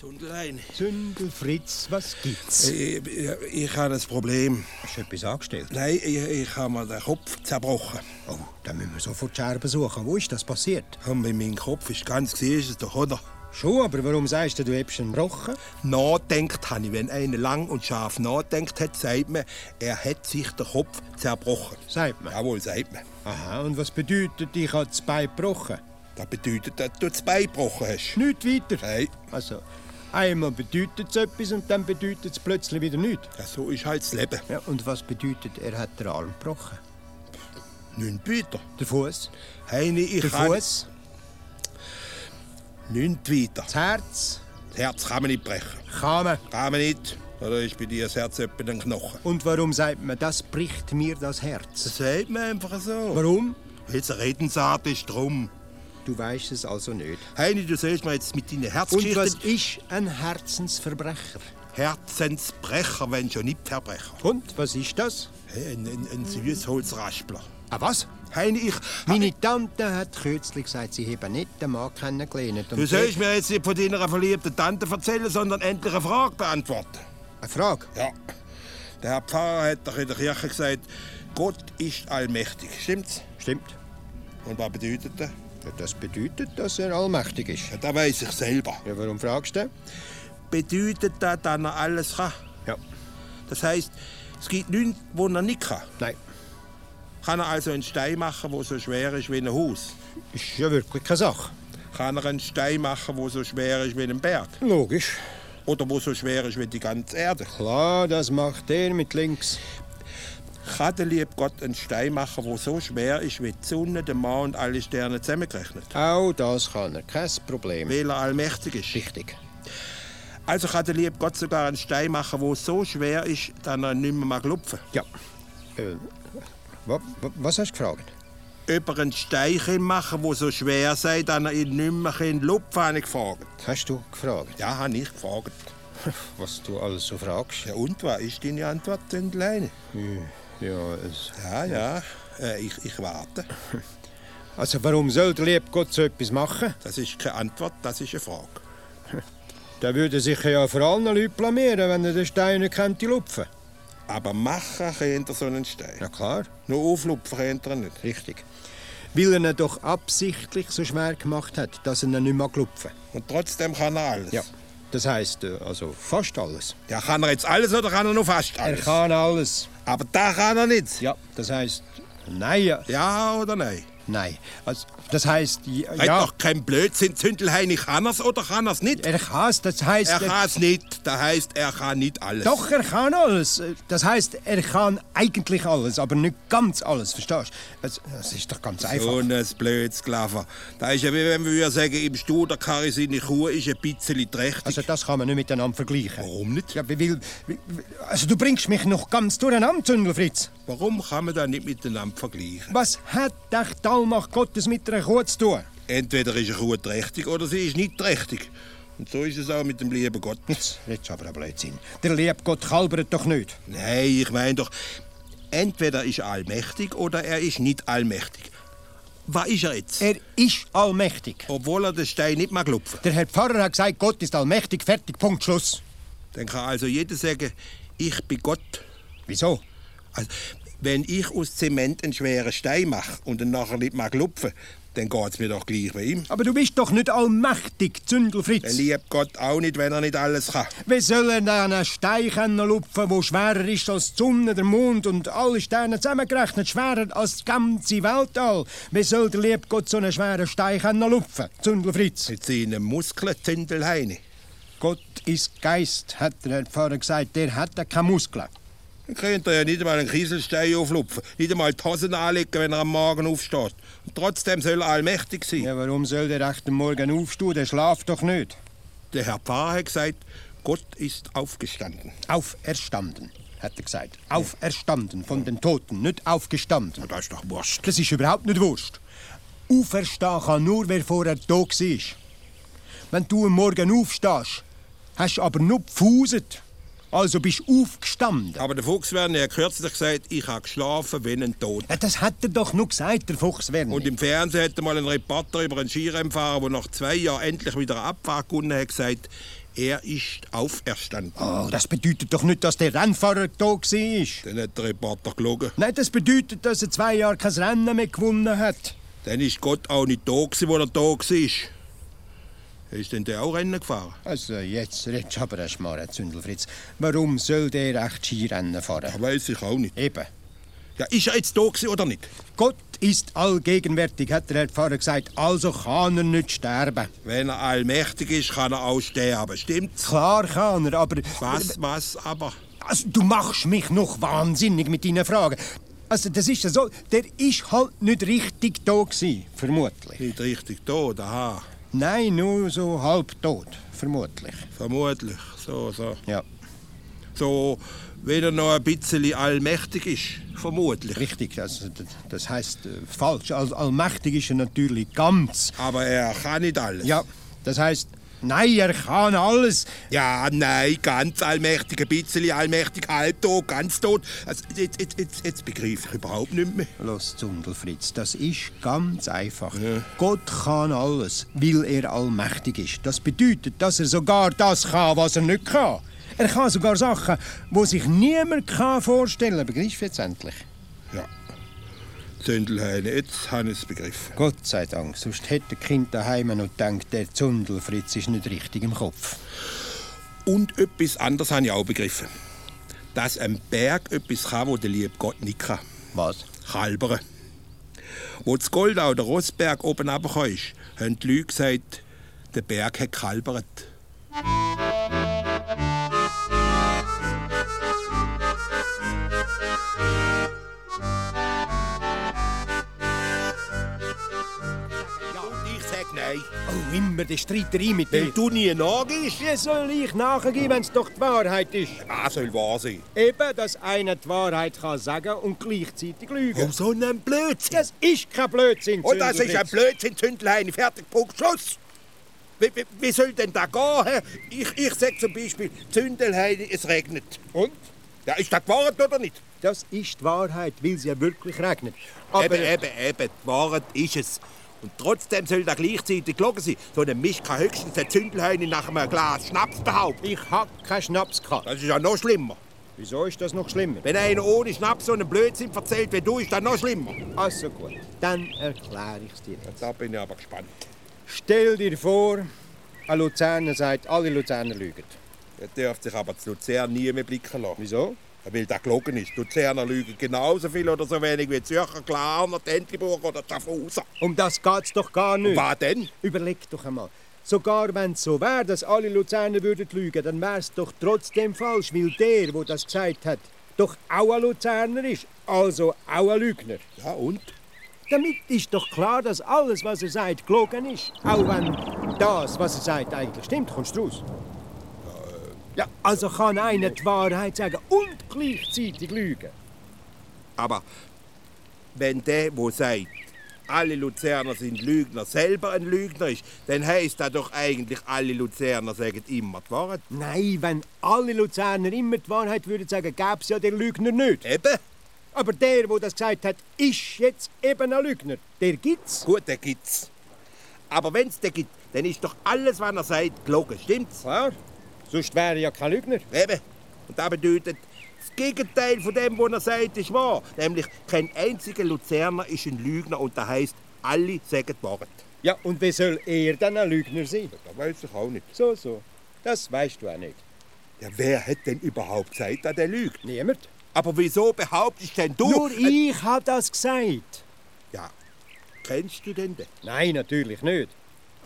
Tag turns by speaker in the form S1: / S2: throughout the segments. S1: Zündlein.
S2: Zündel, Fritz, was gibt's?
S1: Ich, ich, ich habe ein Problem.
S2: Hast du etwas angestellt?
S1: Nein, ich, ich habe mir den Kopf zerbrochen.
S2: Oh, dann müssen wir sofort die Scherben suchen. Wo ist das passiert?
S1: Und wenn mein Kopf ist ganz gesehen, ist es doch, oder?
S2: Schon, aber warum sagst du, du hättest einen Brochen?
S1: Nachdenkt habe ich. Wenn einer lang und scharf nachdenkt hat, sagt man, er hat sich den Kopf zerbrochen.
S2: Sagt man.
S1: Jawohl, sagt man.
S2: Aha, und was bedeutet, ich habe das Bein gebrochen?
S1: Das bedeutet, dass du das Bein gebrochen hast.
S2: Nicht weiter.
S1: Nein,
S2: Also, einmal bedeutet es etwas und dann bedeutet es plötzlich wieder nichts.
S1: ja, so ist halt das Leben.
S2: Ja, und was bedeutet, er hat den Arm gebrochen?
S1: Nicht weiter.
S2: Den Fuß?
S1: Heini, ich
S2: Den
S1: kann
S2: Fuß?
S1: nicht weiter.
S2: Das Herz?
S1: Das Herz kann man nicht brechen.
S2: Kamen.
S1: Kann man nicht. Oder ist bei dir das Herz etwa ein Knochen?
S2: Und warum sagt man, das bricht mir das Herz?
S1: Das sagt man einfach so.
S2: Warum?
S1: Weil es eine Redensart ist, drum.
S2: Du weißt es also nicht.
S1: Heini, du sollst mir jetzt mit deinen
S2: Und was
S1: Herzgeschichten...
S2: ist ein Herzensverbrecher?
S1: Herzensbrecher, wenn schon nicht Verbrecher.
S2: Und was ist das?
S1: Hey, ein ein, ein Süßholzraspler.
S2: Ah, was?
S1: Heini, ich...
S2: Meine Tante hat kürzlich gesagt, sie habe nicht den Mann kennengelernt. Und
S1: Du sollst mir jetzt nicht von deiner verliebten Tante erzählen, sondern endlich eine Frage beantworten.
S2: Eine Frage.
S1: Ja. Der Herr Pfarrer hat doch in der Kirche gesagt, Gott ist allmächtig. Stimmt's?
S2: Stimmt.
S1: Und was bedeutet das?
S2: Ja, Das bedeutet, dass er allmächtig ist.
S1: Ja, das weiß ich selber.
S2: Ja, warum fragst du?
S1: Bedeutet das, dass er alles kann?
S2: Ja.
S1: Das heißt, es gibt nichts, wo er nicht kann.
S2: Nein.
S1: Kann er also einen Stein machen, wo so schwer ist wie ein Haus?
S2: Ist ja wirklich keine Sache.
S1: Kann er einen Stein machen, wo so schwer ist wie ein Berg?
S2: Logisch.
S1: Oder wo so schwer ist wie die ganze Erde?
S2: Klar, das macht er mit links.
S1: Kann der liebe Gott einen Stein machen, wo so schwer ist wie die Sonne, der Mond und alle Sterne zusammengerechnet?
S2: Auch das kann er. Kein Problem.
S1: Weil er allmächtig ist.
S2: Richtig.
S1: Also kann der liebe Gott sogar einen Stein machen, wo so schwer ist, dass er ihn nicht mehr mag lupfen.
S2: Ja. Äh, wa- wa- was hast du gefragt?
S1: Ob er einen Stein kann machen wo so schwer sei, dass er ihn nicht mehr kann lupfen kann, habe ich gefragt.
S2: Hast du gefragt?
S1: Ja, habe ich gefragt.
S2: Was du alles so fragst?
S1: Ja, und was ist deine Antwort, Zündlein?
S2: Ja, es...
S1: Ja, ja, äh, ich, ich warte.
S2: Also warum soll der liebe Gott so etwas machen?
S1: Das ist keine Antwort, das ist eine Frage.
S2: Der würde sich ja vor allen Leuten blamieren, wenn er den Stein nicht könnte lupfen.
S1: Aber machen könnte er so einen Stein.
S2: Ja klar,
S1: Nur auflupfen könnte er nicht.
S2: richtig. Weil er ihn doch absichtlich so schwer gemacht hat, dass er ihn nicht mehr lupfen
S1: Und trotzdem kann er alles.
S2: Ja, das heisst, äh, also fast alles.
S1: Ja, kann er jetzt alles oder kann er nur fast
S2: Er
S1: alles?
S2: kann alles.
S1: Aber da kann er nicht.
S2: Ja. Das heisst, nein, ja,
S1: Ja oder nein?
S2: nein. Also, das heisst, ja,
S1: Red
S2: ja
S1: doch kein Blödsinn, Zündelheini, kann er's oder kann er's nicht?
S2: er kann es, das heisst... äh,
S1: Er kann es nicht, das heisst, er kann nicht alles.
S2: Doch, er kann alles. Äh, Das heißt, er kann eigentlich alles, aber nicht ganz alles, verstehst du? Es, es ist doch ganz einfach.
S1: So ein blödes Klaver. Da ist ja wie wenn wir sagen, im Studerkarre seine Kuh ist ein bisschen trächtig.
S2: Also das kann man nicht miteinander vergleichen.
S1: Warum nicht?
S2: Ja, weil, weil- also du bringst mich noch ganz durcheinander, Zündel, Fritz.
S1: Warum kann man das nicht miteinander vergleichen?
S2: Was hat dich die Allmacht Gottes mit einer Kuh zu tun?
S1: Entweder ist eine Kuh trächtig oder sie ist nicht trächtig. Und so ist es auch mit dem lieben Gott.
S2: Jetzt redest du aber ein Blödsinn. Der liebe Gott kalbert doch nicht.
S1: Nein, ich meine doch, entweder ist er allmächtig oder er ist nicht allmächtig. Was ist er jetzt?
S2: Er ist allmächtig.
S1: Obwohl er den Stein nicht mag lupfen.
S2: Der Herr Pfarrer hat gesagt, Gott ist allmächtig, fertig, Punkt, Schluss.
S1: Dann kann also jeder sagen, ich bin Gott.
S2: Wieso?
S1: Also, wenn ich aus Zement einen schweren Stein mache und ihn nachher nicht mag lupfen, dann geht's mir doch gleich wie ihm.
S2: Aber du bist doch nicht allmächtig, Zündel,
S1: Der
S2: Fritz.
S1: liebt Gott auch nicht, wenn er nicht alles kann.
S2: Wie soll er denn einen Stein können lupfen, der schwerer ist als die Sonne, der Mond und alle Sterne zusammengerechnet, schwerer als das ganze Weltall? Wie soll der liebe Gott so einen schweren Stein können lupfen, Zündel Fritz?
S1: Mit seinen Muskeln Zündelheini.
S2: Gott ist Geist, hat der Herr Pfarrer gesagt, der hat ja keine Muskeln.
S1: Dann könnte er ja nicht einmal einen Kieselstein auflupfen, nicht einmal die Hosen anlegen, wenn er am Morgen aufsteht. Und trotzdem soll er allmächtig sein.
S2: Ja, warum soll der recht am Morgen aufstehen? Der schlaft doch nicht.
S1: Der Herr Pfarrer hat gesagt, Gott ist aufgestanden.
S2: Auferstanden, hat er gesagt. Auferstanden von den Toten, nicht aufgestanden.
S1: Ja, das ist doch Wurst.
S2: Das ist überhaupt nicht Wurst. Auferstehen kann nur, wer vorher da war. Wenn du am Morgen aufstehst, hast du aber nur gepfuset. Also bist du aufgestanden.
S1: Aber der Fuchswerner hat kürzlich gesagt, ich habe geschlafen wie ein Tod.
S2: Ja, das hat er doch nur gesagt, der Fuchswerner.
S1: Und im Fernsehen hat er mal einen Reporter über einen Skirennfahrer, der nach zwei Jahren endlich wieder eine Abfahrt gewonnen hat, gesagt, er ist auferstanden.
S2: Oh, das bedeutet doch nicht, dass der Rennfahrer da war.
S1: Dann hat der Reporter gelogen.
S2: Nein, das bedeutet, dass er zwei Jahre kein Rennen mehr gewonnen hat.
S1: Dann ist Gott auch nicht da, gewesen, wo er da war. Ist denn der auch Rennen gefahren?
S2: Also, jetzt redest du aber erst mal, Herr Zündelfritz. Warum soll der echt Skirennen fahren?
S1: Das weiß ich auch nicht.
S2: Eben.
S1: Ja, ist er jetzt da gewesen oder nicht?
S2: Gott ist allgegenwärtig, hat der Herr Pfarrer gesagt. Also kann er nicht sterben.
S1: Wenn er allmächtig ist, kann er auch sterben, stimmt's?
S2: Klar kann er, aber...
S1: Was, was, aber...
S2: Also, du machst mich noch wahnsinnig mit deinen Fragen. Also, das ist ja so, der ist halt nicht richtig da gewesen, vermutlich.
S1: Nicht richtig tot, aha.
S2: Nein, nur so halb tot, vermutlich.
S1: Vermutlich. So, so.
S2: Ja,
S1: So, wenn er noch ein bisschen allmächtig ist. Vermutlich.
S2: richtig. Also, d- das heißt äh, falsch. All allmächtig ist er natürlich ganz.
S1: Aber er kann nicht alles.
S2: Ja, das heißt, nein, er kann alles.
S1: Ja, nein, ganz allmächtig, ein bisschen allmächtig, halbtot, ganz tot. Also, jetzt, jetzt, jetzt, jetzt begreife ich überhaupt nicht mehr.
S2: Los, Zundelfritz, das ist ganz einfach. Gott kann alles, weil er allmächtig ist. Das bedeutet, dass er sogar das kann, was er nicht kann. Er kann sogar Sachen, wo sich niemand kann vorstellen kann. Begreifst du jetzt endlich?
S1: Ja. Zündelheine, jetzt habe ich es begriffen.
S2: Gott sei Dank, sonst hätte der Kind daheim noch gedacht, der Zundelfritz ist nicht richtig im Kopf.
S1: Und etwas anderes habe ich auch begriffen. Dass ein Berg etwas kann, wo der liebe Gott nicht kann.
S2: Was?
S1: Kalbere. Wo das Goldau, der Rossberg, oben runtergekommen ist, haben die Leute gesagt, der Berg hat kalbert. Und ich sag nein.
S2: Oh, immer der Streiterei mit
S1: Weil
S2: dir.
S1: du nie nachgehst.
S2: Wie soll ich nachgeben, wenn es doch die Wahrheit ist?
S1: Was soll wahr sein?
S2: Eben, dass einer die Wahrheit kann sagen und gleichzeitig lügen.
S1: so ein Blödsinn?
S2: Das ist kein Blödsinn,
S1: Und das ist
S2: Zündelfritz.
S1: ein Blödsinn, Zündlein. Fertig, Punkt, Schluss. Wie, wie, wie soll denn da gehen? hä? Ich, ich sage zum Beispiel, Zündelheide, es regnet.
S2: Und?
S1: Ja, ist das Wahrheit oder nicht?
S2: Das ist die Wahrheit, weil es ja wirklich regnet.
S1: eben, eben, eben, die Wahrheit ist es. Und trotzdem soll da gleichzeitig gelogen sein. So ein Mist kann höchstens ein Zündelheini nach einem Glas Schnaps behaupten.
S2: ich hab keinen Schnaps gehabt.
S1: Das ist ja noch schlimmer.
S2: Wieso ist das noch schlimmer?
S1: Wenn einer ohne Schnaps so einen Blödsinn erzählt wie du, ist das noch schlimmer.
S2: Also gut, dann erkläre ich es dir.
S1: Da bin ich aber gespannt.
S2: Stell dir vor, ein Luzerner sagt, alle Luzerner lügen.
S1: Er dürfte sich aber zu Luzern nie mehr blicken lassen.
S2: Wieso?
S1: Ja, Weil das gelogen ist. Die Luzerner lügen genauso viel oder so wenig wie die Zürcher, Glarner, die Entleburg oder die Schaffhauser.
S2: Um das geht's doch gar nicht.
S1: Was denn?
S2: Überleg doch einmal. Sogar wenn es so wäre, dass alle Luzerner würden lügen, dann wäre es doch trotzdem falsch, weil der, wo das gesagt hat, doch auch ein Luzerner ist, also auch ein Lügner.
S1: Ja, und?
S2: Damit ist doch klar, dass alles, was er sagt, gelogen ist. Auch wenn das, was er sagt, eigentlich stimmt, kommst du raus. Ja, also kann einer die Wahrheit sagen und gleichzeitig lügen.
S1: Aber wenn der, der sagt, alle Luzerner sind Lügner, selber ein Lügner ist, dann heisst das doch eigentlich, alle Luzerner sagen immer die Wahrheit.
S2: Nein, wenn alle Luzerner immer die Wahrheit würden sagen, gäbe es ja den Lügner nicht.
S1: Eben?
S2: Aber der, der das gesagt hat, ist jetzt eben ein Lügner. Der gibt's.
S1: Gut, den gibt's. Aber wenn's den gibt, dann ist doch alles, was er sagt, gelogen, stimmt's?
S2: Klar. Sonst wäre er ja kein Lügner.
S1: Eben. Und das bedeutet, das Gegenteil von dem, was er sagt, ist wahr. Nämlich, kein einziger Luzerner ist ein Lügner und das heisst, alle sagen die Wahrheit.
S2: Ja, und wie soll er dann ein Lügner sein?
S1: Das weiß ich auch nicht.
S2: So, so. Das weißt du auch nicht.
S1: Ja, wer hat denn überhaupt gesagt, dass der lügt?
S2: Niemand?
S1: Aber wieso behauptest denn du... Äh,
S2: Nur ich habe das gesagt.
S1: Ja, kennst du denn den?
S2: Nein, natürlich nicht.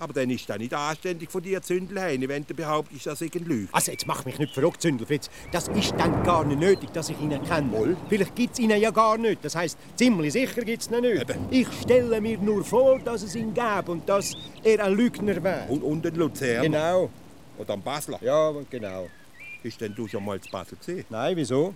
S1: Aber dann ist das nicht anständig von dir, Zündelheine, wenn du behauptest, dass ich ein Lügner
S2: Also, jetzt mach mich nicht verrückt, Zündelfritz. Das ist dann gar nicht nötig, dass ich ihn erkenne.
S1: Wohl.
S2: Vielleicht gibt's ihn ja gar nicht. Das heißt, ziemlich sicher gibt's ihn nicht.
S1: Eben.
S2: Ich stelle mir nur vor, dass es ihn gäbe und dass er ein Lügner wäre.
S1: Und, und ein Luzerner.
S2: Genau.
S1: Oder ein Basler.
S2: Ja, genau.
S1: Ist denn du schon mal zu Basel gesehen?
S2: Nein, wieso?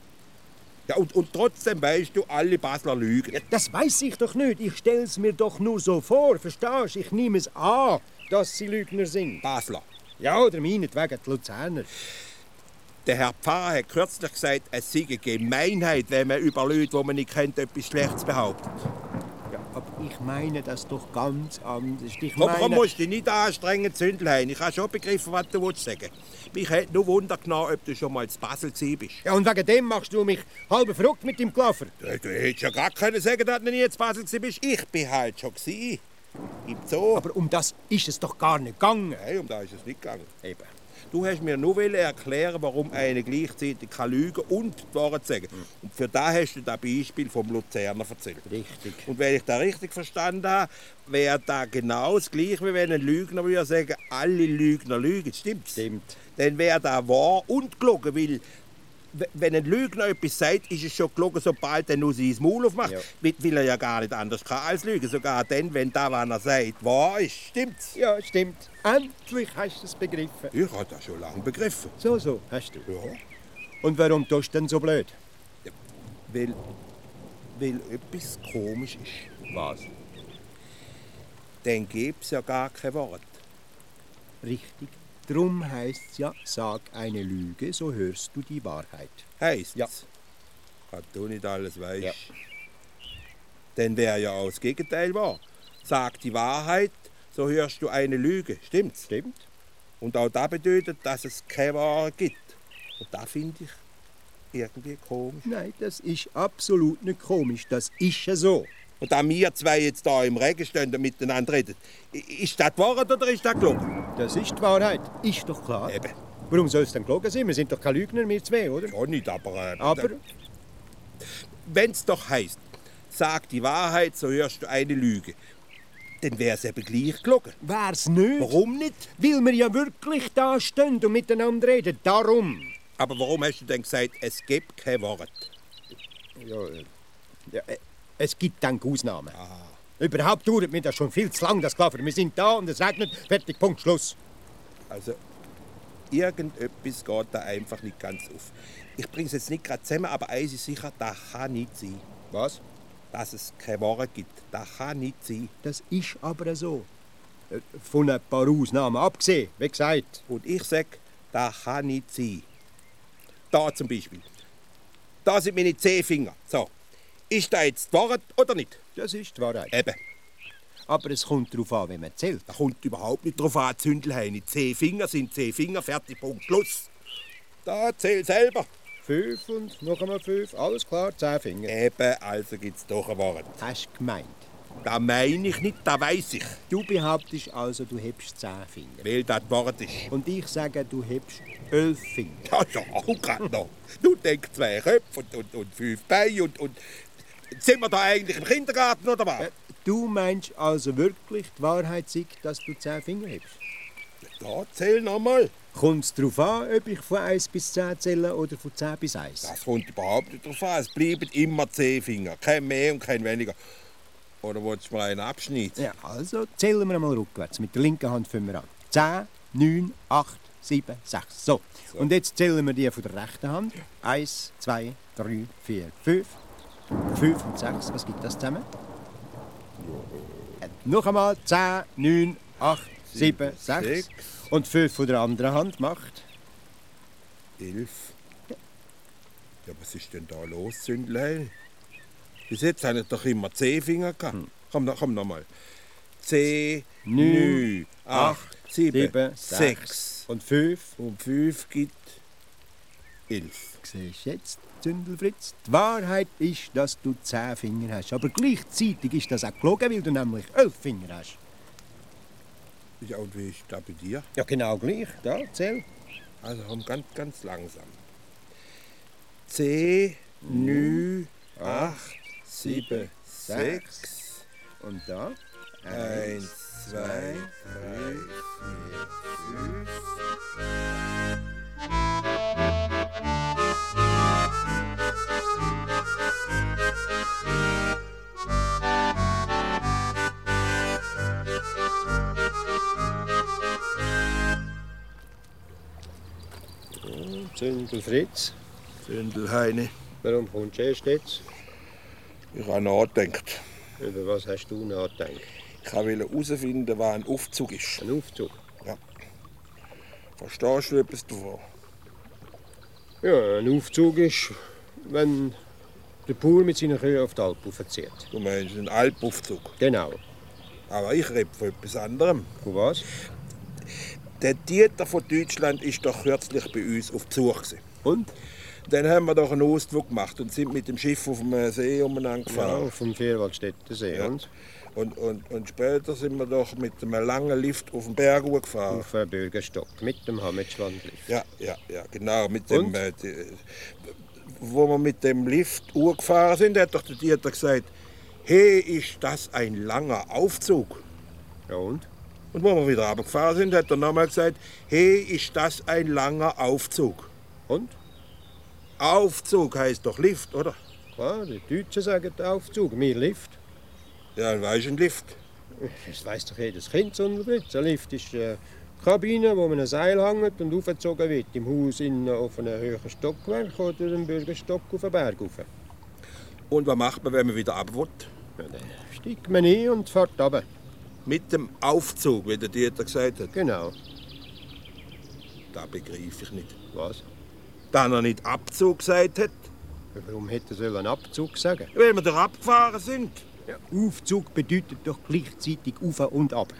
S1: Ja, und, und trotzdem weißt du, alle Basler lügen.
S2: Das weiß ich doch nicht. Ich stell's mir doch nur so vor, verstehst? Ich nehme es an, dass sie Lügner sind.
S1: Basler.
S2: Ja, oder meinetwegen die Luzerner.
S1: Der Herr Pfarrer hat kürzlich gesagt, es sei eine Gemeinheit, wenn man über Leute, die man nicht kennt, etwas Schlechtes behauptet.
S2: Ja, aber ich meine das doch ganz anders. Ich
S1: Komm, komm,
S2: meine...
S1: musst dich nicht anstrengen, Zündelheim. Ich habe schon begriffen, was du willst sagen Mich hätte nur Wunder genommen, ob du schon mal zu Basel gewesen bist.
S2: Ja, und wegen dem machst du mich halb verrückt mit dem Klaffer.
S1: Du, du hättest ja gar können sagen, dass du nie zu Basel gewesen bist. Ich bin halt schon gewesen. Im Zoo.
S2: Aber um das ist es doch gar nicht gegangen.
S1: Nein, um da ist es nicht gegangen.
S2: Eben.
S1: Du hast mir nur wollen erklären, warum einer gleichzeitig kann lügen und die Wahrheit sagen Und für das hast du das Beispiel vom Luzerner erzählt.
S2: Richtig.
S1: Und wenn ich das richtig verstanden habe, wäre da genau das Gleiche, wie wenn ein Lügner würde sagen, alle Lügner lügen. Stimmt's?
S2: Stimmt.
S1: Dann wäre da wahr und gelogen, weil w- wenn ein Lügner etwas sagt, ist es schon gelogen, sobald er nur sein Maul aufmacht,
S2: Ja.
S1: weil weil er ja gar nicht anders kann als lügen. Sogar dann, wenn da, was er sagt, wahr ist. Stimmt's?
S2: Ja, stimmt. Endlich hast du es begriffen.
S1: Ich habe das schon lange begriffen.
S2: So, so, hast du.
S1: Ja.
S2: Und warum tust du denn so blöd?
S1: Weil, weil etwas komisch ist.
S2: Was?
S1: Dann gibt es ja gar kein Wort.
S2: Richtig. Drum heißt's ja, sag eine Lüge, so hörst du die Wahrheit.
S1: Heißt
S2: Ja.
S1: Hat Ah, du nicht alles weißt.
S2: Ja.
S1: Dann wäre ja auch das Gegenteil wahr. Sag die Wahrheit, so hörst du eine Lüge. Stimmt's?
S2: Stimmt?
S1: Und auch das bedeutet, dass es keine Wahrheit gibt. Und das finde ich irgendwie komisch.
S2: Nein, das ist absolut nicht komisch. Das ist ja so.
S1: Und da wir zwei jetzt da im Regen stehen und miteinander reden, i- ist das die Wahrheit oder ist das gelogen?
S2: Das ist die Wahrheit. Ist doch klar.
S1: Eben.
S2: Warum soll es denn gelogen sein? Wir sind doch keine Lügner, wir zwei, oder?
S1: Ja, nicht, aber... äh,
S2: Aber
S1: Wenn's doch heißt, sag die Wahrheit, so hörst du eine Lüge, dann wär's eben gleich gelogen.
S2: wär's nicht?
S1: Warum nicht?
S2: Weil wir ja wirklich da stehen und miteinander reden. Darum.
S1: Aber warum hast du denn gesagt, es gibt kein Wort?
S2: Ja, Ah. äh, ja, äh, es gibt dann Ausnahmen. Überhaupt dauert mir das schon viel zu lang, das Klaffer. Wir sind da und es regnet. Fertig, Punkt, Schluss.
S1: Also, irgendetwas geht da einfach nicht ganz auf. Ich bring's jetzt nicht gerade zusammen, aber eins ist sicher, das kann nicht sein.
S2: Was?
S1: Dass es kein Wort gibt, das kann nicht sein.
S2: Das ist aber so. Äh, Von ein paar Ausnahmen abgesehen, wie gesagt.
S1: Und ich sag, das kann nicht sein. Da zum Beispiel. Da sind meine Zehfinger. So. Ist da jetzt die Wahrheit oder nicht?
S2: Das ist die Wahrheit.
S1: Eben.
S2: Aber es kommt darauf an, wie man zählt.
S1: Da kommt überhaupt nicht drauf an, Zündelheine. Zehn Finger sind zehn Finger, fertig, Punkt, Schluss. Da zähl selber.
S2: Fünf und noch einmal fünf, alles klar, zehn Finger.
S1: Eben, also gibt's doch ein Wort.
S2: Hast du gemeint?
S1: Da meine ich nicht, da weiß ich,
S2: Du behauptest also, du hebst zehn Finger.
S1: weil das Wort ist.
S2: Und ich sage, du hebst elf Finger.
S1: Ja, ja, auch grad noch. Du denkst zwei Köpfe und, und, und fünf Beine und, und... Sind wir da eigentlich im Kindergarten oder was?
S2: Äh, Du meinst also wirklich, die Wahrheit sagt, dass du zehn Finger hebst?
S1: Da zähl nochmal.
S2: Kommt es darauf an, ob ich von 1 bis 10 zähle oder von 10 bis 1?
S1: Das kommt überhaupt nicht drauf an. Es bleiben immer zehn Finger. Kein mehr und kein weniger. Oder willst du mal einen abschneiden?
S2: Ja, also zählen wir einmal rückwärts. Mit der linken Hand fangen wir an. 10, 9, 8, 7, 6. So. Und jetzt zählen wir die von der rechten Hand. 1, 2, 3, 4, 5. 5 und 6, was gibt das zusammen? Und noch einmal 10, 9, 8, 7, 6.
S1: sechs.
S2: Und 5 von der anderen Hand macht.
S1: Elf? Ja, was ist denn da los, Sündlein? Bis jetzt hatte ich doch immer zehn Finger. Gehabt. Komm, noch- komm nochmal. Zehn, neun, acht, sieben, sechs.
S2: Und 5.
S1: Und fünf gibt elf.
S2: Siehst du jetzt, Zündelfritz? Die Wahrheit ist, dass du zehn Finger hast. Aber gleichzeitig ist das auch gelogen, weil du nämlich elf Finger hast.
S1: Ja, und wie ist das bei dir?
S2: Ja, genau gleich. Da, zähl.
S1: Also komm, ganz, ganz langsam. Zehn, neun, acht, sieben, sechs.
S2: Und da?
S1: Eins, zwei, drei, vier, fünf.
S2: Zündelfritz,
S1: Zündelheine,
S2: warum kommst du erst jetzt?
S1: ich habe nachgedacht.
S2: Über was hast du nachgedacht?
S1: Ich wollte herausfinden, was ein Aufzug ist.
S2: Ein Aufzug?
S1: Verstehst du etwas davon?
S2: Ja, ein Aufzug ist, wenn der Bauer mit seinen Kühen auf die Alp verzieht.
S1: Du meinst einen Alpaufzug.
S2: Genau.
S1: Aber ich rede von etwas anderem.
S2: Und was?
S1: Der Dieter von Deutschland ist doch kürzlich bei uns auf Besuch. Gewesen.
S2: Und?
S1: Dann haben wir doch einen Ausflug gemacht und sind mit dem Schiff auf dem See umeinander gefahren.
S2: Ja, vom Vierwaldstättersee.
S1: Ja.
S2: Und?
S1: Und, und, und später sind wir doch mit einem langen Lift auf den Berg hochgefahren.
S2: Auf einen Bürgerstock mit dem Hammetschwandlift.
S1: Ja, ja, ja, genau. Mit dem,
S2: Und?
S1: äh, die, wo wir mit dem Lift hochgefahren sind, hat doch der Dieter gesagt, hey, ist das ein langer Aufzug.
S2: Ja, und?
S1: Und wo wir wieder runtergefahren sind, hat er nochmal gesagt, hey, ist das ein langer Aufzug.
S2: Und?
S1: Aufzug heißt doch Lift, oder?
S2: Klar, die Deutschen sagen Aufzug, mein Lift.
S1: Ja, ein weichen Lift.
S2: Das weiß doch jedes Kind so ein Blitz. Ein Lift ist eine Kabine, wo man ein Seil hängt und aufgezogen wird. Im Haus innen auf einem höheren Stockwerk oder einem Bürgerstock auf den Berg rauf.
S1: Und was macht man, wenn man wieder ab will?
S2: Ja, dann steigt man ein und fährt runter.
S1: Mit dem Aufzug, wie der Dieter gesagt hat.
S2: Genau.
S1: Da begreife ich nicht.
S2: Was?
S1: Da er nicht Abzug gesagt hat,
S2: Warum hätte er einen Abzug sagen
S1: weil wir doch abgefahren sind.
S2: Aufzug bedeutet doch gleichzeitig auf und ab.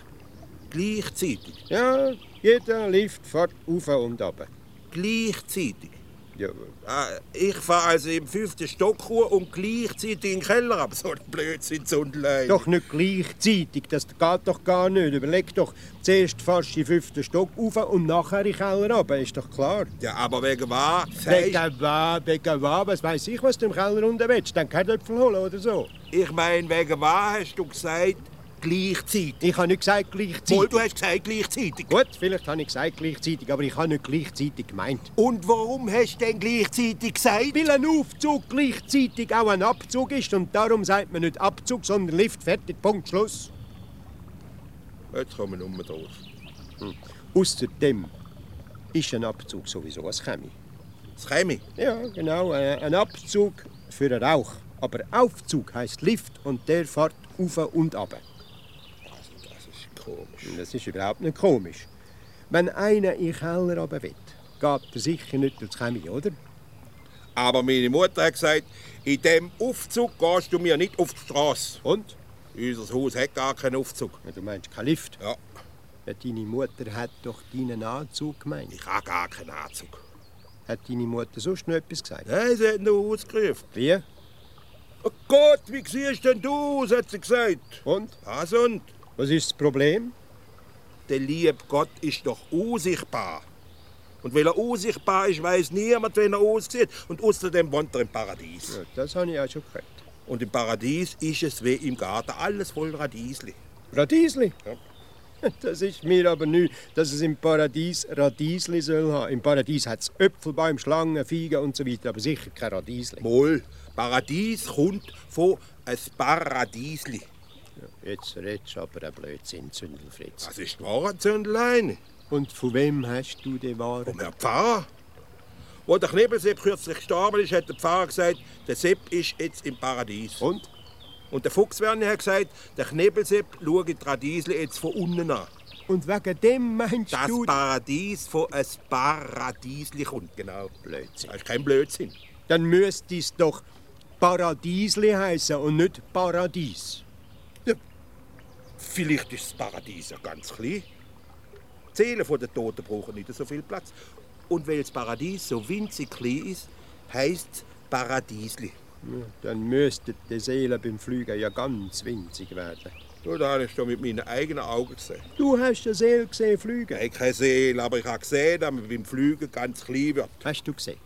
S1: Gleichzeitig.
S2: Ja, jeder Lift fährt auf und ab.
S1: Gleichzeitig.
S2: Ja,
S1: Ah, Ich fahre also im fünften Stock hoch und gleichzeitig in den Keller ab. So ein Blödsinn, so ein Leid.
S2: doch nicht gleichzeitig, das geht doch gar nicht. Überleg doch, zuerst fährst du in den fünften Stock auf und nachher in den Keller runter, ist doch klar.
S1: Ja, aber wegen was? Sagst-
S2: Wegen was, wegen was, was weiss ich, was du im Keller runter willst? Dann kein Töpfel holen oder so.
S1: Ich meine, wegen was hast du gesagt, gleichzeitig?
S2: Ich habe nicht gesagt
S1: Wohl,
S2: gleichzeitig.
S1: du hast gesagt, gleichzeitig.
S2: Gut, vielleicht habe ich gesagt gleichzeitig, aber ich habe nicht gleichzeitig gemeint.
S1: Und warum hast du denn gleichzeitig gesagt?
S2: Weil ein Aufzug gleichzeitig auch ein Abzug ist und darum sagt man nicht Abzug, sondern Lift fertig, Punkt, Schluss.
S1: Jetzt kommen wir nur drauf.
S2: Außerdem ist ein Abzug sowieso ein Chemie.
S1: Das käme.
S2: Ja, genau, äh, ein Abzug für einen Rauch. Aber Aufzug heißt Lift und der fährt auf und ab.
S1: Also, das ist komisch.
S2: Das ist überhaupt nicht komisch. Wenn einer in den Keller runter will, geht er sicher nicht durch die Chemie, oder?
S1: Aber meine Mutter hat gesagt, in diesem Aufzug gehst du mir nicht auf die Straße.
S2: Und?
S1: Unser Haus hat gar keinen Aufzug.
S2: Ja, Du meinst kein Lift?
S1: Ja,
S2: Ja, deine Mutter hat doch deinen Anzug gemeint.
S1: ich habe gar keinen Anzug.
S2: Hat deine Mutter sonst noch etwas gesagt?
S1: Nein, sie hat nur ausgerufen.
S2: Wie?
S1: Oh Gott, wie siehst denn du aus, hat sie gesagt.
S2: Und?
S1: Was und?
S2: Was ist das Problem?
S1: Der liebe Gott ist doch unsichtbar. Und weil er unsichtbar ist, weiß niemand, wen er aussieht. Und außerdem wohnt er im Paradies.
S2: Ja, das habe ich auch schon gehört.
S1: Und im Paradies ist es wie im Garten, alles voll Radiesli.
S2: Radiesli?
S1: Ja.
S2: Das ist mir aber neu, dass es im Paradies Radiesli soll haben. Im Paradies hat es Äpfelbäume, Schlangen, Feigen und so weiter, aber sicher kein Radiesli.
S1: Moll, Paradies kommt von ein Paradiesli.
S2: Jetzt redest du aber ein Blödsinn, Zündelfritz.
S1: Das ist die Wahrheit, Zündlein.
S2: Und von wem hast du die Ware?
S1: Und der Pfarrer? Wo der Knebelsepp kürzlich gestorben ist, hat der Pfarrer gesagt, der Sepp ist jetzt im Paradies.
S2: Und?
S1: Und der Fuchswerner hat gesagt, der Knebelsepp schaue die Radiesli jetzt von unten an.
S2: Und wegen dem meinst
S1: Das
S2: du...
S1: Paradies von ein Paradiesli kommt, genau.
S2: Blödsinn.
S1: Das ist kein Blödsinn.
S2: Dann müsste es doch Paradiesli heißen und nicht Paradies.
S1: Vielleicht ist das Paradies ja ganz klein. Die Seelen der Toten brauchen nicht so viel Platz. Und weil das Paradies so winzig klein ist, heisst es Paradiesli.
S2: Ja, Dann müssten die Seelen beim Fliegen ja ganz winzig werden.
S1: Ja, das habe ich schon mit meinen eigenen Augen gesehen.
S2: Du hast eine Seele gesehen fliegen.
S1: Ich habe keine Seele, aber ich habe gesehen, dass man beim Fliegen ganz klein wird.
S2: Hast du gesehen?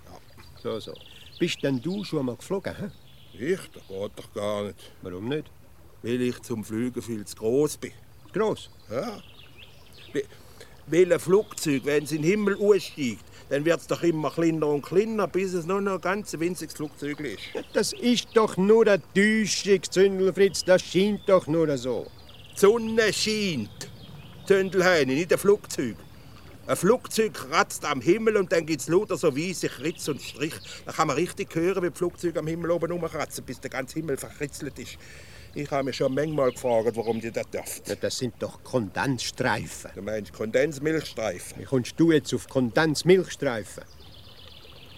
S2: So, so. Bist denn du schon mal geflogen? Hä?
S1: Ich? Das geht doch gar nicht.
S2: Warum nicht?
S1: Weil ich zum Fliegen viel zu groß bin.
S2: Gross.
S1: Ja. Wie- Weil ein Flugzeug, wenn es in den Himmel aussteigt, dann wird es doch immer kleiner und kleiner, bis es nur noch ein ganz winziges Flugzeug ist.
S2: Das ist doch nur eine Täuschung, Zündelfritz. Das scheint doch nur so.
S1: Die Sonne scheint. Zündelheini, nicht ein Flugzeug. Ein Flugzeug kratzt am Himmel und dann gibt es lauter so weisse Kritz und Strich. Da kann man richtig hören, wie die Flugzeuge am Himmel oben rumkratzen, bis der ganze Himmel verkritzelt ist. Ich habe mich schon manchmal gefragt, warum die das dürfen.
S2: Ja, das sind doch Kondensstreifen.
S1: Du meinst Kondensmilchstreifen?
S2: Wie kommst du jetzt auf Kondensmilchstreifen?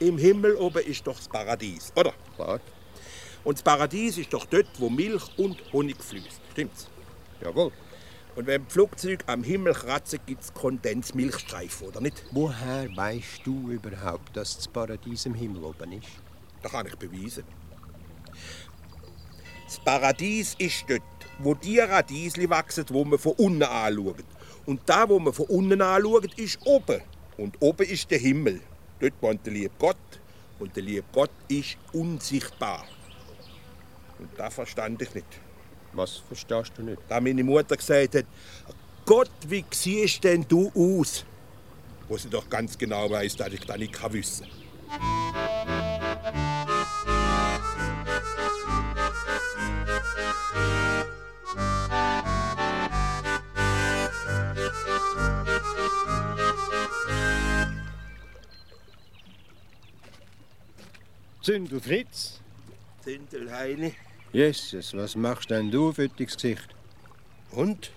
S1: Im Himmel oben ist doch das Paradies, oder?
S2: Klar.
S1: Und das Paradies ist doch dort, wo Milch und Honig fließt. Stimmt's?
S2: Jawohl.
S1: Und wenn Flugzeug am Himmel kratzen, gibt's Kondensmilchstreifen, oder nicht?
S2: Woher weißt du überhaupt, dass das Paradies im Himmel oben ist?
S1: Das kann ich beweisen. Das Paradies ist dort, wo die Radiesli wachsen, wo man von unten anschaut. Und da, wo man von unten anschaut, ist oben. Und oben ist der Himmel. Dort wohnt der liebe Gott. Und der liebe Gott ist unsichtbar. Und das verstand ich nicht.
S2: Was verstehst du nicht?
S1: Da meine Mutter gesagt hat, Gott, wie siehst denn du aus? Wo sie doch ganz genau weiß, dass ich das nicht kann wissen
S2: Zündel Fritz.
S1: Zindel Heini.
S2: Jesus, was machst denn du für dein Gesicht?
S1: Und?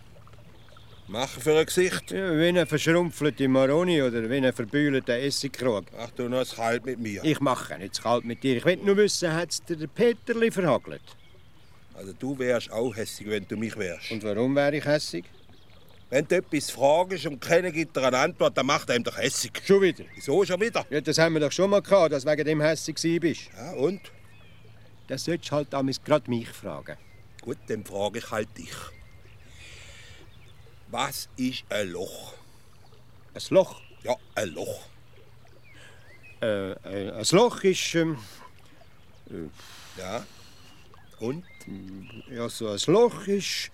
S1: Machen für ein Gesicht.
S2: Ja, wie ein verschrumpfelter Maroni oder wie ein verbühlter Essigkrog.
S1: Ach du, noch es kalt mit mir.
S2: Ich mache nicht zu kalt mit dir. Ich will nur wissen, hat's dir der Peterli verhagelt?
S1: Also du wärst auch hässig, wenn du mich wärst.
S2: Und warum wäre ich hässig?
S1: Wenn du etwas fragst und keiner gibt dir eine Antwort, dann macht einem doch hässig.
S2: Schon wieder.
S1: Wieso schon wieder?
S2: Ja, das haben wir doch schon mal gehabt, dass du wegen dem hässig gewesen bist.
S1: Ja, und?
S2: Das solltest du halt damals gerade mich fragen.
S1: Gut, dann frage ich halt dich. Was ist ein Loch?
S2: Ein Loch.
S1: Ja, ein Loch.
S2: Äh, äh, ein Loch ist. Ähm,
S1: Ja. Und?
S2: ja, so ein Loch ist.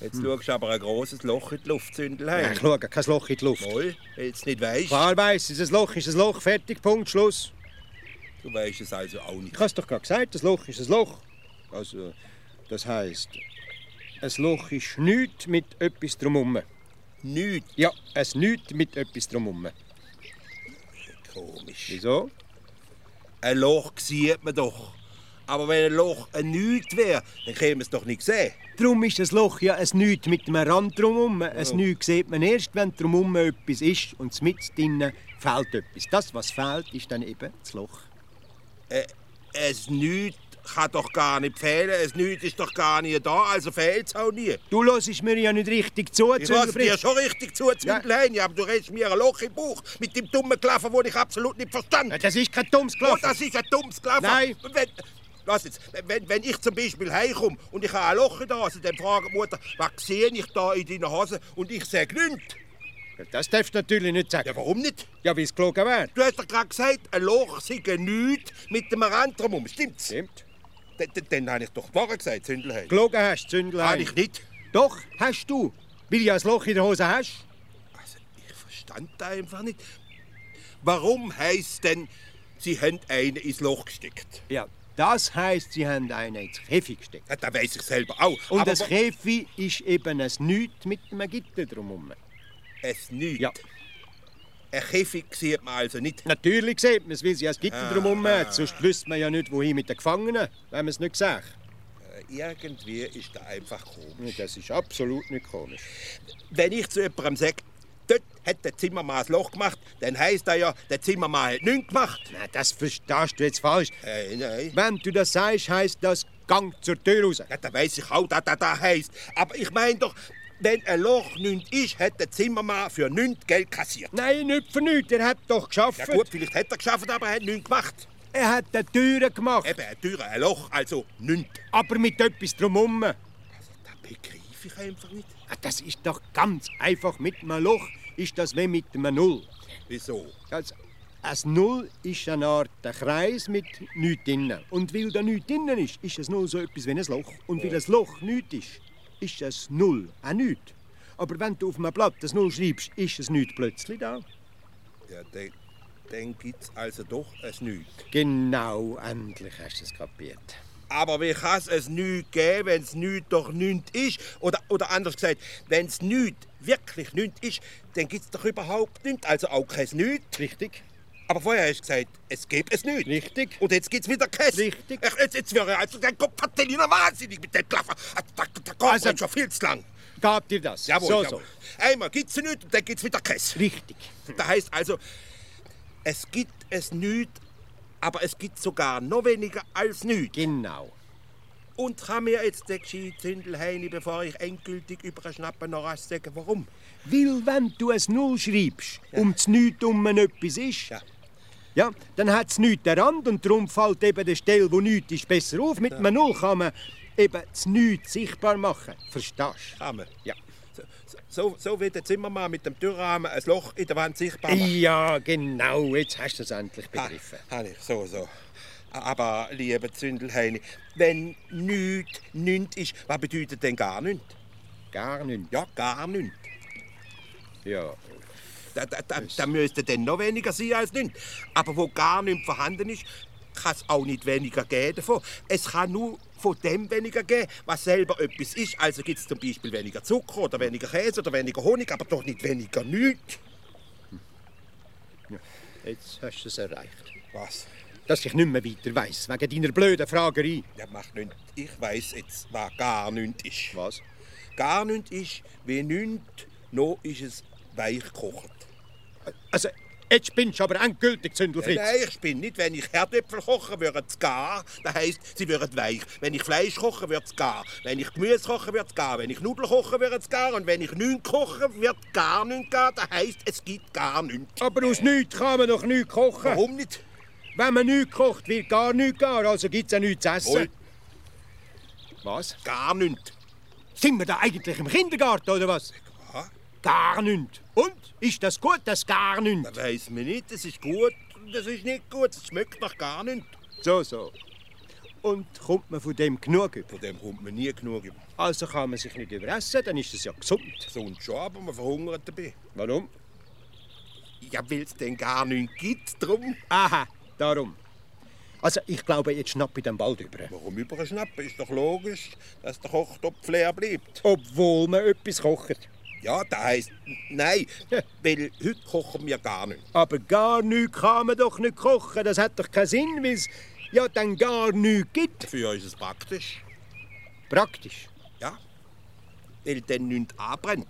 S1: Jetzt schaust du aber ein großes Loch in die Luft, Zündel
S2: Nein, ich
S1: Heini.
S2: schaue, kein Loch in die Luft.
S1: Moll, wenn du's nicht weißt.
S2: Klar weiss ich, ein Loch ist ein Loch. Fertig, Punkt, Schluss.
S1: Du weißt es also auch nicht.
S2: Ich habe es doch gerade gesagt, das Loch ist ein Loch. Also, das heisst, ein Loch ist nichts mit etwas drumherum.
S1: Nichts.
S2: Ja, ein nichts mit etwas drumherum.
S1: Komisch.
S2: Wieso?
S1: Ein Loch sieht man doch. Aber wenn ein Loch ein Nichts wäre, dann können wir es doch nicht sehen.
S2: Darum ist das Loch ja ein nichts mit einem Rand drumherum. Ein nichts sieht man erst, wenn drumherum etwas ist und mit drinnen fehlt etwas. Das, was fehlt, ist dann eben das Loch.
S1: Äh, ein Nichts kann doch gar nicht fehlen. Ein Nichts ist doch gar nie da, also fehlt es auch nie.
S2: Du hörst mir ja nicht richtig zu,
S1: Ich
S2: Zündel
S1: lasse dir
S2: Fritz.
S1: schon richtig zu, Zündlein, ja. aber du redest mir ein Loch im Bauch mit dem dummen Klaffen, den ich absolut nicht verstand.
S2: Ja, Das ist kein dummes
S1: Oh,
S2: Loch.
S1: das ist ein dummes Klaffen.
S2: Nein.
S1: Wenn, lass jetzt, wenn, wenn ich zum Beispiel heimkomme und ich habe ein Loch in der Hose, dann fragt die Mutter, was sehe ich da in deiner Hose? Und ich sage nichts.
S2: Das darfst du natürlich nicht sagen.
S1: Ja, warum nicht?
S2: Ja, wie es gelogen wäre.
S1: Du hast doch gerade gesagt, ein Loch sei nichts mit dem Rand drumherum. Stimmt's?
S2: Stimmt.
S1: D- d- Dann habe ich doch die Wahrheit gesagt, Zündelheim.
S2: Gelogen hast, Zündlein.
S1: Habe ich nicht.
S2: Doch, hast du. Weil du ja ein Loch in der Hose hast.
S1: Also, ich verstand da einfach nicht. Warum heisst denn, sie haben einen ins Loch gesteckt?
S2: Ja. Das heisst, sie haben einen ins Käfig gesteckt.
S1: Ja, das weiß ich selber auch.
S2: Und
S1: Aber
S2: das
S1: wo-
S2: Käfig ist eben ein Nichts mit einem Gitter drumherum.
S1: es nicht.
S2: Ja.
S1: Ein Käfig sieht man also nicht.
S2: Natürlich sieht man es, weil sie ein Gitter
S1: Ah.
S2: drumherum hat. Sonst wüsste man ja nicht, wohin mit den Gefangenen, wenn man es nicht sagt.
S1: Äh, Irgendwie ist das einfach komisch.
S2: Das ist absolut nicht komisch.
S1: Wenn ich zu jemandem sage, dort hat der Zimmermann ein Loch gemacht, dann heisst das ja, der Zimmermann hat nichts gemacht.
S2: Nein, das verstehst du jetzt falsch.
S1: Äh, nein.
S2: Wenn du das sagst, heisst das, gang zur Tür raus.
S1: Ja, da weiß ich auch, dass das da heisst. Aber ich meine doch, wenn ein Loch nichts ist, hat der Zimmermann für nichts Geld kassiert.
S2: Nein, nicht für nichts. Er hat doch geschafft.
S1: Ja gut, vielleicht hat er geschafft, aber er hat nichts gemacht.
S2: Er hat die Türen gemacht,
S1: Eben, eine Tür, ein Loch, also nichts.
S2: aber mit etwas drumherum.
S1: Das begreife ich einfach nicht.
S2: Ah, Das ist doch ganz einfach. Mit einem Loch ist das wie mit einem Null.
S1: Wieso?
S2: Also, ein Null ist eine Art ein Kreis mit nichts drinnen. Und weil da nichts drinnen ist, ist ein Null so etwas wie ein Loch. Und weil ein Loch nichts ist, ist ein Null auch nichts. Aber wenn du auf einem Blatt das Null schreibst, ist es nichts plötzlich da.
S1: Ja, dann, dann gibt es also doch ein Nichts.
S2: Genau, endlich hast du es kapiert.
S1: Aber wie kann es ein Nichts geben, wenn es nichts doch nichts ist? Oder, oder anders gesagt, wenn es nichts wirklich nichts ist, dann gibt es doch überhaupt nichts, also auch kein Nichts.
S2: Richtig?
S1: Aber vorher hast du gesagt, es gibt es nichts.
S2: Richtig?
S1: Und jetzt gibt's wieder Käse.
S2: Richtig.
S1: Ach, jetzt, jetzt wäre also der Kopf hat den Lina wahnsinnig mit dem Klaffer. Also, da, da kommt
S2: Also-
S1: also, schon viel zu lang.
S2: Gab dir das?
S1: Jawohl,
S2: so,
S1: jawohl. Einmal gibt's nichts und dann gibt's wieder Käse.
S2: so. Richtig.
S1: Das heißt also, Es gibt es nicht, aber es gibt sogar noch weniger als nichts.
S2: Genau.
S1: Und kann mir jetzt den Gescheitzündel heini, bevor ich endgültig über den Schnappen noch rasch sage, warum?
S2: Weil, wenn du es Null schreibst, um das Nichts um ein etwas ist,
S1: Ja.
S2: ja. dann hat es nichts der Rand und darum fällt eben der Stelle, wo nichts ist, besser auf. Mit einem Null kann man eben das Nichts sichtbar machen. Verstehst
S1: Kann man.
S2: Ja.
S1: So, so, so wie der Zimmermann mit dem Türrahmen ein Loch in der Wand sichtbar
S2: du?
S1: macht.
S2: Ja, genau, jetzt hast du es endlich
S1: Ah,
S2: begriffen.
S1: Habe ich, so, so. Aber, lieber Zündelheini, wenn nichts nichts ist, was bedeutet denn gar nichts?
S2: Gar nicht.
S1: Ja, gar nichts.
S2: Ja.
S1: Da, da, da, da müsste dann noch weniger sein als nichts. Aber wo gar nichts vorhanden ist, kann es auch nicht weniger geben davon. Es kann nur von dem weniger geben, was selber etwas ist. Also gibt es zum Beispiel weniger Zucker oder weniger Käse oder weniger Honig, aber doch nicht weniger nichts.
S2: Jetzt hast du es erreicht.
S1: Was?
S2: Dass ich nicht mehr weiter weiss, wegen deiner blöden Fragerei.
S1: Ja, macht nichts. Ich weiß jetzt, was gar nichts ist.
S2: Was?
S1: Gar nichts ist wie nichts, noch ist es weich gekocht.
S2: Also, jetzt bin du aber endgültig, Zündelfritz.
S1: Äh, Nein, ich bin nicht. Wenn ich Herdöpfel koche, würde es gar. Das heisst, sie würden weich. Wenn ich Fleisch koche, würde es gar. Wenn ich Gemüse koche, würde es gar. Wenn ich Nudeln koche, würde es gar. Und wenn ich nichts koche, wird gar nichts gehen. Das heisst, es gibt gar nichts.
S2: Aber aus nichts kann man doch nichts kochen.
S1: Warum nicht?
S2: Wenn man nichts kocht, wird gar nichts gar, also gibt es auch nichts zu essen.
S1: Wohl.
S2: Was?
S1: Gar nichts.
S2: Sind wir da eigentlich im Kindergarten, oder was?
S1: Ja.
S2: Gar nichts. Und? Ist das gut, das gar nichts?
S1: Das weiss man nicht. Das ist gut. Das ist nicht gut. Es schmeckt nach gar nichts.
S2: So, so. Und kommt man von dem genug über?
S1: Von dem kommt man nie genug über.
S2: Also kann man sich nicht überessen, dann ist es ja gesund.
S1: Gesund schon, aber man verhungert dabei.
S2: Warum?
S1: Ja, weil es denn gar nichts gibt, drum.
S2: Aha, darum. Also, ich glaube, jetzt schnapp ich den Wald über.
S1: Warum überschnappen? Ist doch logisch, dass der Kochtopf leer bleibt.
S2: Obwohl man etwas kocht.
S1: Ja, das heisst, nein, weil heute kochen wir gar nicht.
S2: Aber gar nichts kann man doch nicht kochen. Das hat doch keinen Sinn, weil es ja dann gar nichts gibt.
S1: Für ist es praktisch,
S2: Praktisch.
S1: ja. Weil dann nichts anbrennt.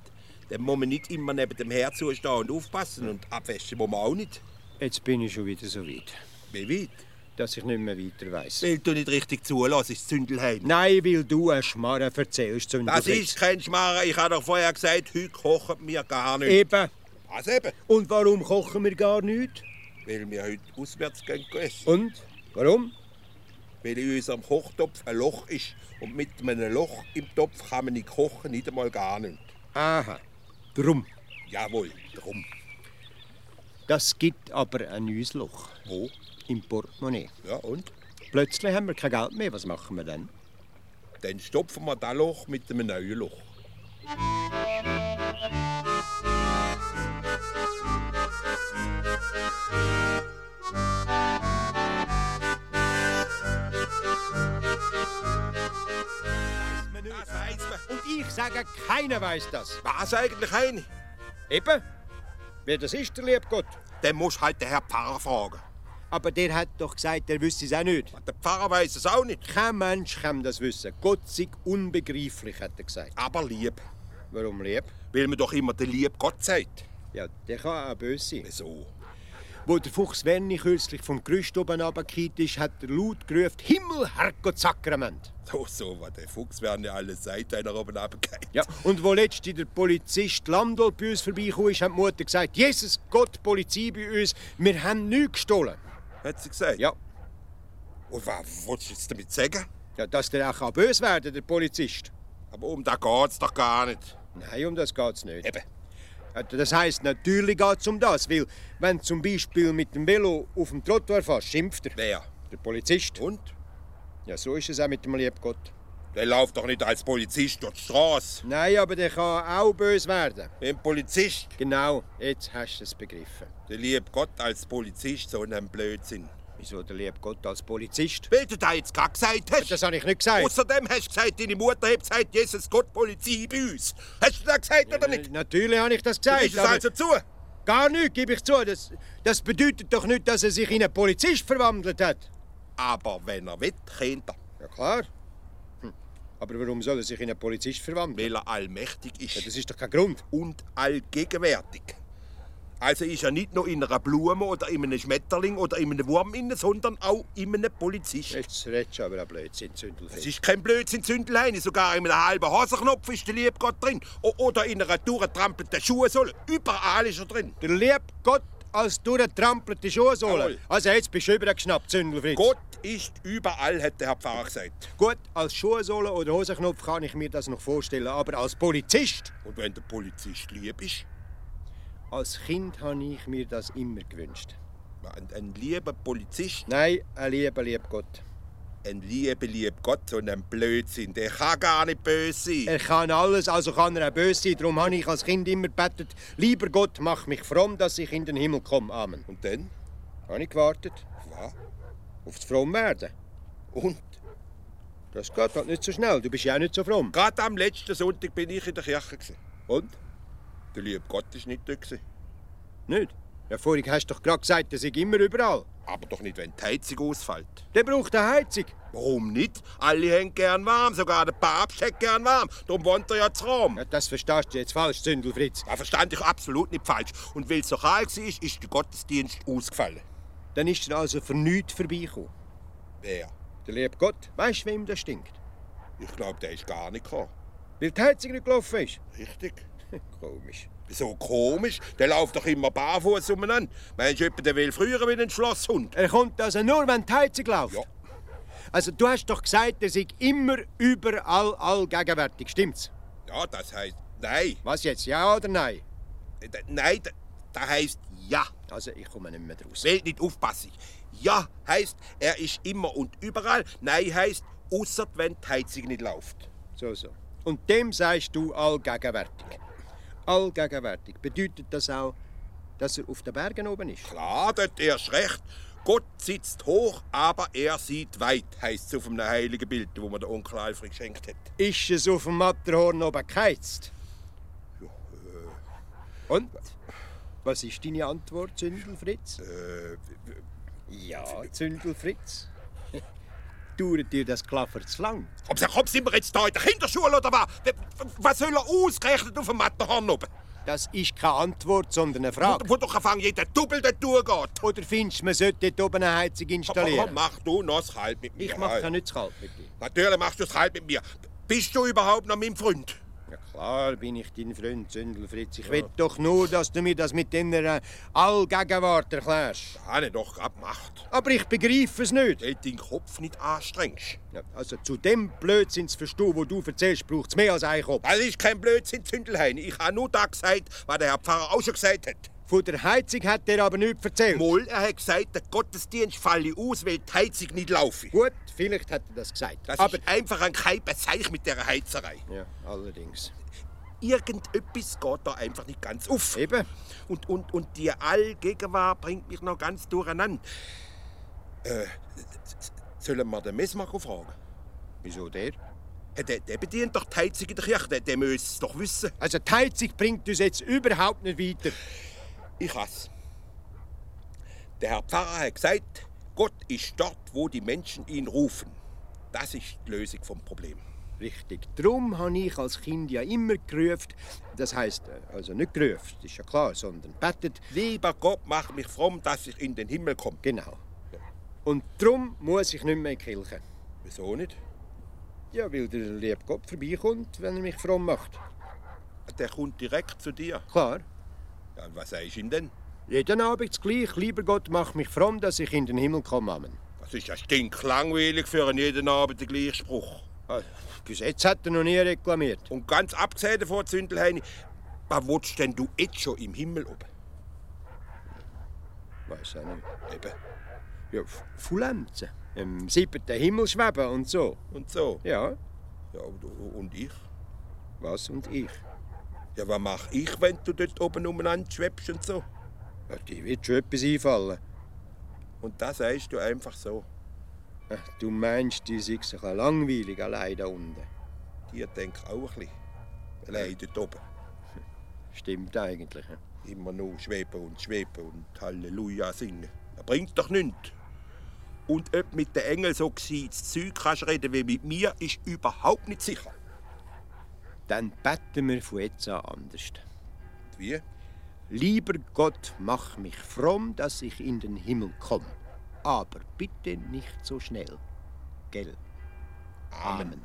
S1: Dann muss man nicht immer neben dem Herd zustehen und aufpassen. Und abwäschen muss man auch nicht.
S2: Jetzt bin ich schon wieder so weit,
S1: Wie weit?
S2: dass ich nicht mehr weiter weiß.
S1: Weil du nicht richtig zulässt, ist Zündelheim.
S2: Nein, weil du ein Schmarren erzählst zum
S1: Das ist kein Schmarren. Ich habe doch vorher gesagt, heute kochen wir gar nicht.
S2: Eben.
S1: Was eben?
S2: Und warum kochen wir gar nichts?
S1: Weil wir heute auswärts gehen essen.
S2: Und? Warum?
S1: Weil in unserem Kochtopf ein Loch ist. Und mit einem Loch im Topf kann man nicht kochen, nicht einmal gar nicht.
S2: Aha. Drum.
S1: Jawohl, drum.
S2: Das gibt aber ein neues Loch
S1: Wo?
S2: im Portemonnaie.
S1: Ja, und?
S2: Plötzlich haben wir kein Geld mehr. Was machen wir dann?
S1: Dann stopfen wir das Loch mit einem neuen Loch. Das weiss man.
S2: Und ich sage, keiner weiß das.
S1: Was eigentlich ein?
S2: Eben. Wer das ist, der liebe Gott.
S1: Dann musst halt den Herrn Pfarrer fragen.
S2: Aber der hat doch gesagt, er wüsste es auch nicht.
S1: Der Pfarrer weiß es auch nicht.
S2: Kein Mensch kann das wissen. Gott sei unbegreiflich, hat er gesagt.
S1: Aber lieb.
S2: Warum lieb?
S1: Weil man doch immer den lieb Gott sagt.
S2: Ja, der kann auch böse sein.
S1: So.
S2: Wo der Fuchs Werni kürzlich vom Gerüst oben runtergekehrt ist, hat er laut gerufen, Himmel, Herrgott, Sakrament.
S1: So, so, was der Fuchs werden ja alles seit einer oben abgeht.
S2: Ja, und wo letztens der Polizist Landol bei uns vorbeigekommen ist, hat die Mutter gesagt, Jesus, Gott, die Polizei bei uns, wir haben nichts gestohlen.
S1: Hat sie gesagt?
S2: Ja,
S1: Und was wolltest du jetzt damit sagen?
S2: ja dass der auch kann böse werden kann, der Polizist.
S1: Aber um da geht's doch gar nicht.
S2: Nein, um das geht's nicht.
S1: Eben.
S2: Ja, Äh, Das heisst, natürlich geht's um das, weil wenn du zum Beispiel mit dem Velo auf dem Trottoir fährst, schimpft er.
S1: Wer?
S2: Der Polizist.
S1: Und?
S2: Ja, so ist es auch mit dem lieben Gott.
S1: Der läuft doch nicht als Polizist durch die Straße.
S2: Nein, aber der kann auch böse werden.
S1: Ein Polizist,
S2: Genau, jetzt hast du es begriffen.
S1: der liebt Gott als Polizist, so einen Blödsinn.
S2: Wieso der liebe Gott als Polizist?
S1: Weil du da jetzt gar gesagt hast.
S2: Das habe ich nicht gesagt.
S1: Außerdem hast du gesagt, deine Mutter hat gesagt, Jesus Gott, Polizei bei uns. Hast du das gesagt oder
S2: Äh,
S1: nicht?
S2: Natürlich habe ich das gesagt.
S1: Ist es
S2: aber
S1: also zu?
S2: Gar nicht, gebe ich zu. Das, das bedeutet doch nicht, dass er sich in einen Polizist verwandelt hat.
S1: Aber wenn er will, kennt er,
S2: Ja, klar. Hm. Aber warum soll er sich in einen Polizist verwandeln?
S1: weil er allmächtig ist
S2: Das ist doch kein Grund.
S1: und allgegenwärtig. Also ist er nicht nur in einer Blume oder in einem Schmetterling oder in einem Wurm inne, sondern auch in einem Polizist.
S3: Jetzt redest du aber ein Blödsinn, Zündelfett.
S1: Es ist kein Blödsinn, Zündlein. Sogar in einem halben Hosenknopf ist der liebe Gott drin. O oder in einer durchtrampelten Schuhsohle. Überall ist er drin.
S2: Der lieb Gott als durchgetrampelte Schuhsohle.
S1: Jawohl.
S2: Also jetzt bist du übergeschnappt, Zündelfritz.
S1: Gott ist überall, hat der Herr Pfarrer gesagt.
S2: Gut, als Schuhsohle oder Hosenknopf kann ich mir das noch vorstellen, aber als Polizist,
S1: Und wenn der Polizist lieb ist,
S2: als Kind habe ich mir das immer gewünscht.
S1: ein, ein lieber Polizist,
S2: Nein, ein lieber, lieb Gott.
S1: ein lieber, lieb Gott und ein Blödsinn, der kann gar nicht böse sein.
S2: Er kann alles, also kann er auch böse sein. Darum habe ich als Kind immer gebetet, lieber Gott, mach mich fromm, dass ich in den Himmel komme. Amen.
S1: Und dann?
S2: Habe ich gewartet
S1: Was?
S2: auf das Frommwerden.
S1: Und?
S2: Das geht halt nicht so schnell, du bist ja auch nicht so fromm.
S1: Gerade am letzten Sonntag bin ich in der Kirche. gewesen. Und? Der liebe Gott ist nicht da. gewesen.
S2: Nicht? Ja, vorhin hast du doch gerade gesagt, er sei immer überall.
S1: Aber doch nicht, wenn die Heizung ausfällt.
S2: Der braucht eine Heizung.
S1: Warum nicht? Alle haben gern warm, sogar der Papst hat gern warm. Darum wohnt er ja zu Rom.
S2: Ja, das verstehst du jetzt falsch, Zündelfritz.
S1: Das verstand ich absolut nicht falsch. Und weil es so kalt war, ist der Gottesdienst ausgefallen.
S2: Dann ist er also für nichts vorbeigekommen.
S1: Wer?
S2: Der liebe Gott, weißt du, wem das stinkt?
S1: Ich glaube, der ist gar nicht gekommen.
S2: Weil die Heizung nicht gelaufen ist.
S1: Richtig.
S2: Komisch.
S1: So komisch, der läuft doch immer barfuß umeinander. Meinst du, jemand der will früher wie ein Schlosshund?
S2: Er kommt also nur, wenn die Heizung läuft.
S1: Ja.
S2: Also du hast doch gesagt, er sei immer überall allgegenwärtig, stimmt's?
S1: Ja, das heißt nein.
S2: Was jetzt, ja oder nein?
S1: D- Nein, d- das heißt ja.
S2: Also ich komme nicht mehr draus.
S1: Welt nicht aufpassen. Ja heißt, er ist immer und überall. Nein heißt, außer wenn die Heizung nicht läuft.
S2: So, so. Und dem sagst du allgegenwärtig. Allgegenwärtig bedeutet das auch, dass er auf den Bergen oben ist.
S1: Klar, dort erst recht. Gott sitzt hoch, aber er sieht weit, heißt es auf einem heiligen Bild, wo mir der Onkel Alfred geschenkt hat.
S2: Ist es auf dem Matterhorn oben geheizt? Und? Was ist deine Antwort, Zündelfritz?
S1: Äh,
S2: Ja, Zündelfritz. Dauert dir das Klaffer zu lang?
S1: ob sie, ob sind wir jetzt da in der Kinderschule oder was? W- w- Was soll er ausgerechnet auf dem Matterhorn oben?
S2: Das ist keine Antwort, sondern eine
S1: Wo,
S2: Frage.
S1: wo doch anfangen, jeder Double dort durchgeht.
S2: Oder findest du, man sollte dort oben eine Heizung
S1: Aber
S2: installieren?
S1: mach du noch das kalt mit mir.
S2: Ich mache ja nicht zu kalt mit dir.
S1: Natürlich machst du es kalt mit mir. Bist du überhaupt noch mein Freund?
S2: Ja klar bin ich dein Freund, Zündelfritz. Ich will doch nur, dass du mir das mit deiner äh, Allgegenwart erklärst.
S1: Habe ich doch gerade gemacht.
S2: Aber ich begreife es nicht.
S1: Weil du deinen Kopf nicht anstrengst.
S2: Ja, Also zu dem Blödsinn zu verstehen, wo du erzählst, braucht es mehr als einen Kopf.
S1: Das ist kein Blödsinn, Zündelhein. Ich habe nur das gesagt, was der Herr Pfarrer auch schon gesagt hat.
S2: Von der Heizung hat er aber nichts erzählt.
S1: Moll, er hat gesagt, der Gottesdienst falle aus, weil die Heizung nicht laufe.
S2: Gut, vielleicht hat er das gesagt.
S1: Das
S2: aber
S1: ist einfach ein Keipezeich mit dieser Heizerei.
S2: ja, allerdings.
S1: Irgendetwas geht da einfach nicht ganz auf.
S2: Eben.
S1: Und, und, und die Allgegenwart bringt mich noch ganz durcheinander. Äh, sollen wir den Messmacher fragen?
S2: Wieso der?
S1: Äh, Der, der bedient doch die Heizung in der Kirche, der, der müsste es doch wissen.
S2: Also die Heizung bringt uns jetzt überhaupt nicht weiter.
S1: Ich hasse. Der Herr Pfarrer hat gesagt, Gott ist dort, wo die Menschen ihn rufen. Das ist die Lösung vom Problem.
S2: Richtig. Darum habe ich als Kind ja immer gerufen. Das heißt, also nicht gerufen, ist ja klar, sondern betet.
S1: Lieber Gott, mach mich fromm, dass ich in den Himmel komme.
S2: Genau. Und darum muss ich nicht mehr in die Kirche.
S1: Wieso nicht?
S2: Ja, weil der liebe Gott vorbeikommt, wenn er mich fromm macht.
S1: Der kommt direkt zu dir.
S2: Klar.
S1: Ja, und was sagst du ihm denn?
S2: Jeden Abend das Gleiche. Lieber Gott, mach mich fromm, dass ich in den Himmel komme. Amen.
S1: Das ist ja stinklangweilig für einen jeden Abend der gleiche Spruch.
S2: Also, Bis jetzt hat er noch nie reklamiert.
S1: Und ganz abgesehen davon, Zündelheini, was willst denn du jetzt schon im Himmel oben?
S2: Weiß auch nicht.
S1: Eben.
S2: Ja, Fullenzen. Im siebten Himmel schweben und so.
S1: Und so.
S2: Ja,
S1: Ja, und, und ich?
S2: was und ich.
S1: Ja, was mach ich, wenn du dort oben umeinander schwebst und so?
S2: Ja, dir wird schon etwas einfallen.
S1: Und das sagst du einfach so.
S2: Ach, Du meinst, die sei so langweilig allein da unten.
S1: Dir denkt auch ein bisschen. Allein dort oben.
S2: Stimmt eigentlich. ja.
S1: Immer nur schweben und schweben und Halleluja singen. Das bringt doch nichts. Und ob mit den Engeln so gescheites Zeug kannst reden wie mit mir, ist überhaupt nicht sicher.
S2: Dann beten wir von jetzt an anders.
S1: Wie?
S2: Lieber Gott, mach mich fromm, dass ich in den Himmel komme. Aber bitte nicht so schnell. Gell? Amen.